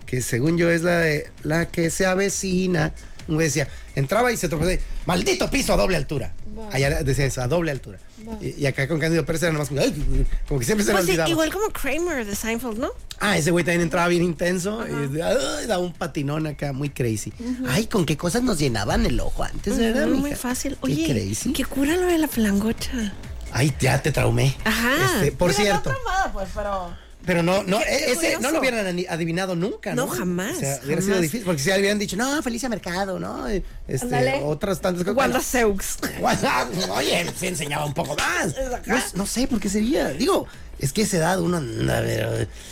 B: que según yo es la de la que se avecina. Un güey decía, entraba y se tropezaba. y, Maldito piso a doble altura. Allá decía eso, a doble altura. Y, y acá con Cándido Pérez era nomás como, "Ay", como que siempre se le
A: Pues sí,
B: olvidaba.
A: igual como Kramer de Seinfeld, ¿no?
B: Ah, ese güey también entraba bien intenso. Y, ay, da un patinón acá, muy crazy. Ay, con qué cosas nos llenaban el ojo antes, ¿verdad?
A: Ujú, muy
B: mija?
A: fácil.
B: Qué
A: Oye,
B: crazy.
A: que cura lo de la pelangocha.
B: Ay, ya te traumé.
A: Ajá.
B: Este, por
A: Digo, no
B: cierto,
A: traumada, pues, pero.
B: Pero no, no, e-,
A: Qué- qué
B: ese no
A: curioso.
B: lo hubieran ani- adivinado nunca, ¿no?
A: No, jamás,
B: O sea, hubiera
A: jamás.
B: sido difícil, porque si hubieran dicho, no, Felicia Mercado, ¿no? Este,
A: Ándale.
B: otras tantas cosas.
A: Wanda Seux.
B: Guarda- Oye, se enseñaba un poco más. No, no sé por qué sería. Digo, es que a esa edad uno anda, pero.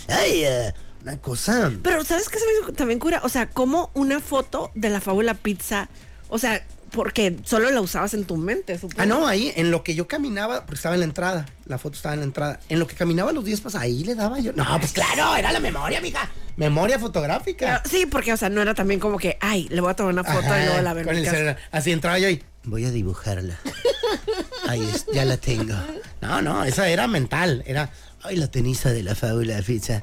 B: Ay, eh, una cosa.
A: Pero ¿sabes qué se me hizo también cura? O sea, como una foto de la fábula pizza, o sea, porque solo la usabas en tu mente, supongo.
B: Ah, no, ahí en lo que yo caminaba, porque estaba en la entrada, la foto estaba en la entrada. En lo que caminaba los días pasados, ahí le daba yo. No, pues claro, era la memoria, mija. Memoria fotográfica.
A: Ah, Sí, porque, o sea, no era también como que, ay, le voy a tomar una foto
B: Ajá,
A: y luego la ver.
B: con
A: en
B: el
A: mi casa.
B: celular. Así entraba yo y voy a dibujarla. Ahí es- ya la tengo. No, no, esa era mental. Era, ay, la tenisa de la fábula pizza.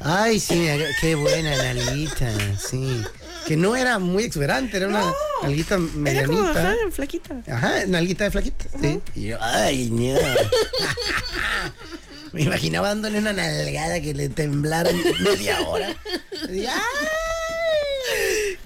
B: Ay, sí, mira, qué buena la alguita, sí. Que no era muy exuberante, era una alguita
A: Era como,
B: medianita.
A: ajá, flaquita.
B: Ajá, nalguita de flaquita. Sí. Y yo, ay, no. Me imaginaba dándole una nalgada que le temblara en media hora. Y, "Ah". ¡ay!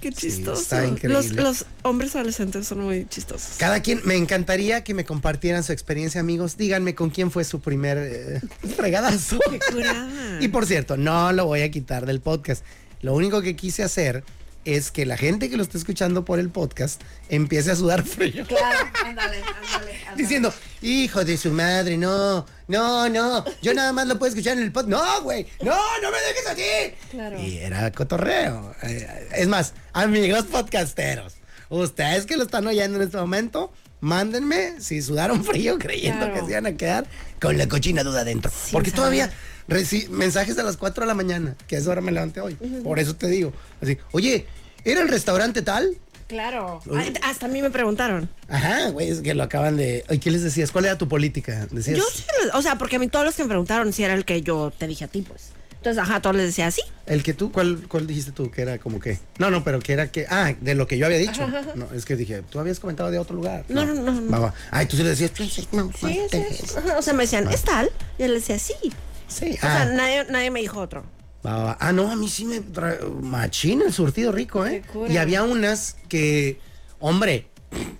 A: Qué
B: Sí,
A: chistoso.
B: está increíble.
A: Los, los hombres adolescentes son muy chistosos.
B: Cada quien, me encantaría que me compartieran su experiencia, amigos. Díganme con quién fue su primer eh, fregadazo.
A: Qué curada.
B: Y por cierto, no lo voy a quitar del podcast. Lo único que quise hacer es que la gente que lo esté escuchando por el podcast empiece a sudar frío.
A: Claro, ándale, ándale.
B: diciendo, hijo de su madre, no, no, no, yo nada más lo puedo escuchar en el podcast. No, güey, no, no me dejes aquí.
A: Claro.
B: Y era cotorreo. Eh, Es más, amigos podcasteros, ustedes que lo están oyendo en este momento, mándenme si sudaron frío creyendo
A: Claro.
B: que se iban a quedar con la cochina duda adentro. Porque
A: sabe.
B: todavía reci- mensajes a las 4 de la mañana, que a esa hora me levanté hoy. Por eso te digo, así, oye, ¿era el restaurante tal?
A: Claro.
B: Uy.
A: Ay, hasta a mí me preguntaron.
B: Ajá, güey, es que lo acaban de. Ay, ¿qué les decías? ¿Cuál era tu política? Decías.
A: Yo sí, o sea, porque a mí todos los que me preguntaron si era el que yo te dije a ti, pues. Entonces, ajá, todos les decía, sí,
B: El que tú, ¿cuál, ¿cuál dijiste tú? Que era como que. No, no, pero que era que. Ah, de lo que yo había dicho. No, es que dije, tú habías comentado de otro lugar.
A: No, no, no, no.
B: Va, va. Ay, tú sí le decías. Sí, sí, no,
A: Sí,
B: no,
A: sí,
B: Pues, te-
A: sí. Ajá, O sea, me decían, ¿es tal? Yo le decía, sí.
B: Sí,
A: O sea,
B: ah,
A: nadie, nadie me dijo otro.
B: va, va, va. Ah, no, a mí sí me tra- machín el surtido rico, ¿eh?
A: Qué cura.
B: Y había unas que, hombre,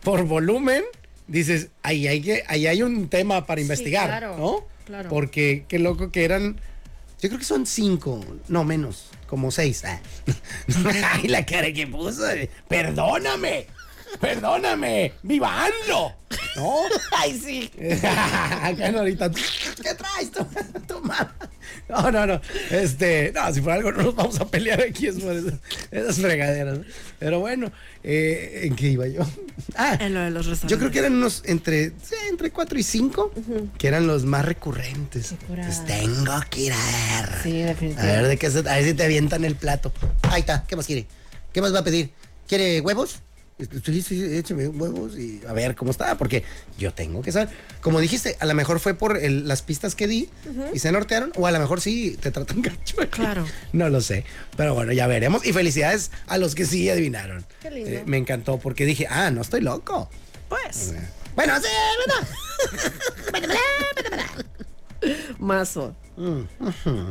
B: por volumen, dices, ahí hay, que, ahí hay un tema para investigar,
A: claro,
B: ¿no?
A: claro.
B: Porque qué loco que eran. Yo creo que son cinco, no menos, como seis. Ah. Ay, la cara que puso. eh. Perdóname, perdóname, viva AMLO. ¿No? Ay, sí. Acá no, ahorita. ¿Qué traes? tu- tu mamá? No, no, no. Este, no, si por algo no nos vamos a pelear aquí, es por eso- esas fregaderas. ¿no? Pero bueno, eh, ¿en qué iba yo? Ah,
A: En lo de los restaurantes.
B: yo creo que eran unos entre, sí, entre 4 y 5, que eran los más recurrentes. Pues tengo que ir a ver.
A: Sí,
B: A
A: definitivamente.
B: ver, de qué se, a ver si te avientan el plato. Ahí está, ¿qué más quiere? ¿Qué más va a pedir? ¿Quiere huevos? Sí, sí, écheme huevos y a ver cómo está, porque yo tengo que saber. Como dijiste, a lo mejor fue por el- las pistas que di y se nortearon, o a lo mejor sí te tratan gacho.
A: Claro.
B: No lo sé, pero bueno, ya veremos. Y felicidades a los que sí adivinaron. Eh,
A: Qué lindo.
B: me encantó porque dije, ah, no estoy loco.
A: Pues,
B: Bueno, sí, bueno.
A: mazo.
B: Mm,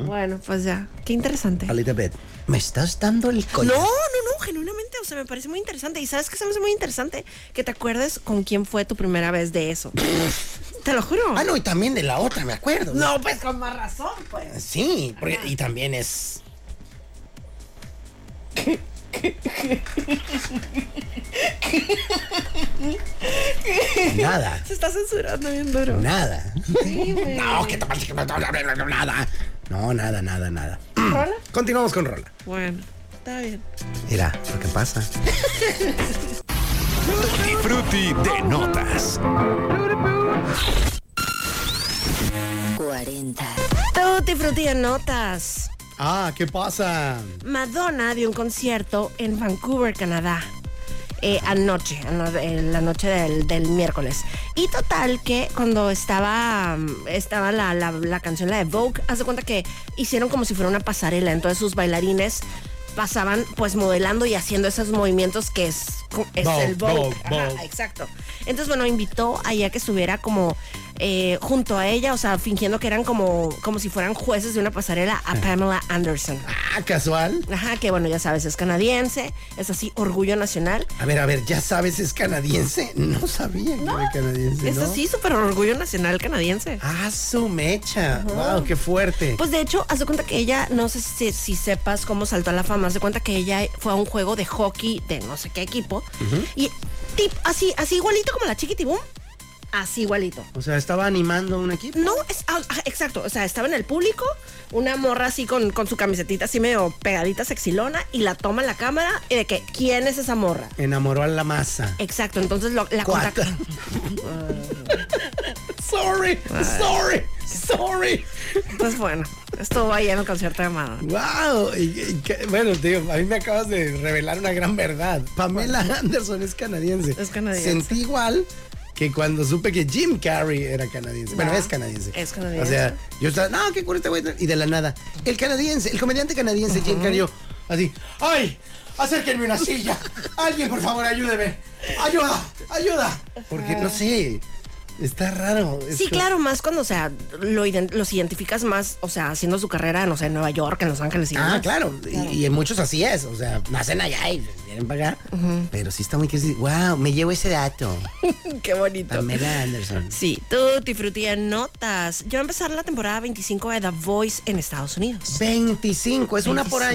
A: Bueno, pues ya. Qué interesante.
B: A little bit. ¿Me estás dando el
A: No,
B: coño?
A: no, no, genuinamente, o sea, me parece muy interesante. Y sabes que se me hace muy interesante que te acuerdes con quién fue tu primera vez de eso. te lo juro.
B: Ah, no, y también de la otra, me acuerdo.
A: No, pues con más razón, pues.
B: Sí, porque- y también es. nada,
A: Se está censurando bien duro.
B: nada. no, que te parece que no nada. No, nada, nada, nada.
A: ¿Rola?
B: Continuamos con Rola.
A: Bueno, está bien.
B: Mira, lo que pasa.
I: Tutti Frutti de notas.
H: 40.
A: Tutti frutti en notas.
B: Ah, ¿qué pasa?
A: Madonna dio un concierto en Vancouver, Canadá. eh, anoche, ano- eh, la noche del, del miércoles. Y total que cuando estaba, mm, estaba la, la- la canción, la de Vogue, hace cuenta que hicieron como si fuera una pasarela. Entonces sus bailarines pasaban pues modelando y haciendo esos movimientos que es, es
B: Vogue,
A: el Vogue.
B: Vogue,
A: Ajá,
B: Vogue.
A: Exacto. Entonces, bueno, invitó a ella que estuviera como eh, junto a ella, o sea, fingiendo que eran como, como si fueran jueces de una pasarela a Pamela Anderson.
B: Ah, casual.
A: Ajá, que bueno, ya sabes, es canadiense, es así, orgullo nacional.
B: A ver, a ver, ya sabes, es canadiense. No sabía que era canadiense.
A: Es
B: ¿no?
A: así, súper orgullo nacional canadiense.
B: Ah, su mecha. Wow, qué fuerte.
A: Pues de hecho, haz de cuenta que ella, no sé si, si sepas cómo saltó a la fama, haz de cuenta que ella fue a un juego de hockey de no sé qué equipo. Y tip, así, así igualito como la chiquitibum, así igualito.
B: O sea, estaba animando a un equipo.
A: No, es, ah, ah, exacto, o sea, estaba en el público, una morra así con, con su camisetita así medio pegadita, sexilona, y la toma en la cámara y de que, ¿quién es esa morra?
B: Enamoró a la masa.
A: Exacto, entonces lo- la
B: Cuata.
A: contacta.
B: sorry, sorry, sorry.
A: Pues bueno, estuvo ahí en el concierto de Madonna.
B: Wow. y- y qué- bueno, te digo, a mí me acabas de revelar una gran verdad. Pamela Anderson es canadiense.
A: Es canadiense.
B: Sentí igual que cuando supe que Jim Carrey era canadiense. Bueno,
A: Va,
B: es canadiense.
A: Ah, es canadiense.
B: O sea, yo estaba, no, qué cura este güey. Y de la nada, el canadiense, el comediante canadiense Jim Carrey, yo, así, ¡ay! Acérquenme una silla. Alguien, por favor, ayúdeme. Ayuda, ayuda. Porque no sé, está raro. es
A: Ah. Sí,
B: como-
A: claro, más cuando, o sea, lo ident- los identificas más, o sea, haciendo su carrera, no sé, en Nueva York, en Los Ángeles y
B: Ah,
A: demás.
B: claro. y- Y, en muchos así es. O sea, nacen allá y vienen para acá. Pero sí está muy que Wow, me llevo ese dato.
A: Qué bonito.
B: Pamela Anderson.
A: Sí, tú disfruté en notas. Yo voy a empezar la temporada 25 de The Voice en Estados Unidos.
B: 25, es una por año.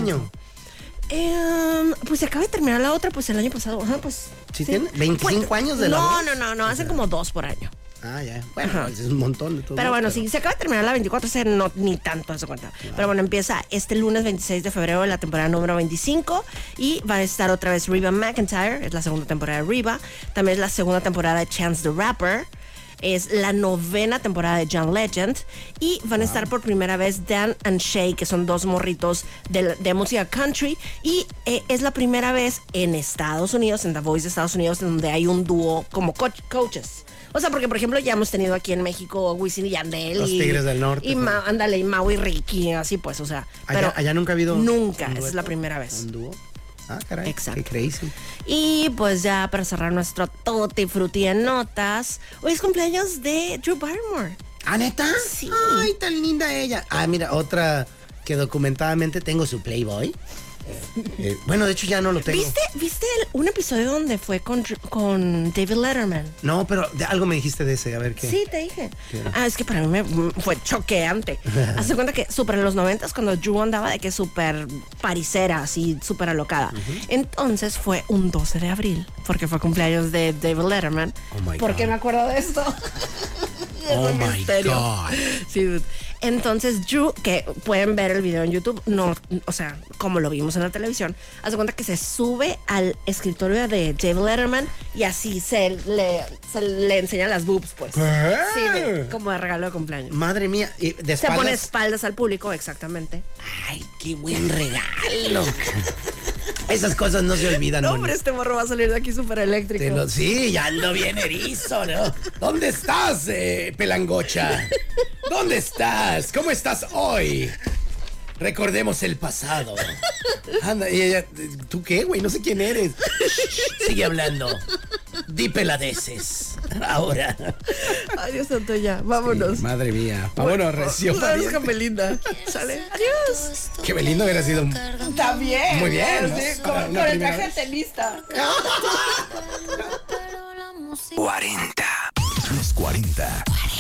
A: Em, pues se acaba de terminar la otra, pues el año pasado. Ajá, pues.
B: Sí tiene 25 años de la
A: No,
B: voz.
A: no, no, no, hacen como dos por año.
B: Ah, ya. Bueno, pues es un montón de todo.
A: Pero bueno, sí, se acaba de terminar la 24, o sea, no, ni tanto se cuenta. Pero bueno, empieza este lunes 26 de febrero la temporada número 25 y va a estar otra vez Reba McIntyre, es la segunda temporada de Reba, también es la segunda temporada de Chance the Rapper. Es la novena temporada de John Legend y van a estar por primera vez Dan and Shay, que son dos morritos de, la- de música country. Y eh, es la primera vez en Estados Unidos, en The Voice de Estados Unidos, en donde hay un dúo como coach- coaches. O sea, porque por ejemplo ya hemos tenido aquí en México Wisin y Yandel.
B: Los
A: y-
B: Tigres del Norte,
A: Y
B: pues.
A: Ma- ándale, y Mau y Ricky, así pues, o sea.
B: Allá- allá nunca ha habido un
A: Nunca,
B: dueto,
A: esa es la primera vez.
B: Un dúo. Ah, caray.
A: Exacto.
B: Qué crazy.
A: Y pues ya para cerrar nuestro Toti Frutti en notas, hoy es cumpleaños de Drew Barrymore.
B: ¿Ah, neta?
A: Sí.
B: Ay, tan linda ella. Ah, mira, otra que documentadamente tengo su Playboy. Eh, bueno, de hecho ya no lo tengo.
A: ¿Viste, ¿viste el- un episodio donde fue con, Drew- con David Letterman?
B: No, pero de- algo me dijiste de ese, a ver qué.
A: Sí, te dije. Ah, es que para mí me, mm, fue choqueante. Hace cuenta que súper en los noventas cuando Drew andaba de que súper parisera, así súper alocada. Entonces fue un 12 de abril, porque fue cumpleaños de David Letterman.
B: Oh my
A: ¿Por
B: God.
A: qué me acuerdo de esto? Es
B: Oh
A: un
B: my
A: misterio.
B: God.
A: Sí, dude. Entonces Drew, que pueden ver el video en YouTube, no, o sea, como lo vimos en la televisión, hace cuenta que se sube al escritorio de David Letterman y así se le, se le enseña las boobs, pues. Sí, de- como de regalo de cumpleaños.
B: Madre mía, y de
A: Se pone
B: espaldas.
A: espaldas al público, exactamente.
B: Ay, qué buen regalo. Esas cosas no se olvidan.
A: No,
B: Moni.
A: hombre, este morro va a salir de aquí súper eléctrico.
B: Te lo- sí, ya ando bien erizo, ¿no? ¿Dónde estás, eh, pelangocha? ¿Dónde estás? ¿Cómo estás hoy? Recordemos el pasado. Anda, y ella, ¿tú qué, güey? No sé quién eres. Sigue hablando. Di peladeces. Ahora.
A: Ay, Dios santo, ya. Vámonos.
B: Madre mía. Vámonos, recio.
A: Vámonos con Belinda. Sale. Adiós.
B: Que Belinda hubiera sido un-
A: También.
B: muy bien. ¿no?
A: Sí,
B: Para
A: con,
B: una
A: con el
B: primera
A: traje de
B: vez.
A: tenista.
I: 40. Los 40.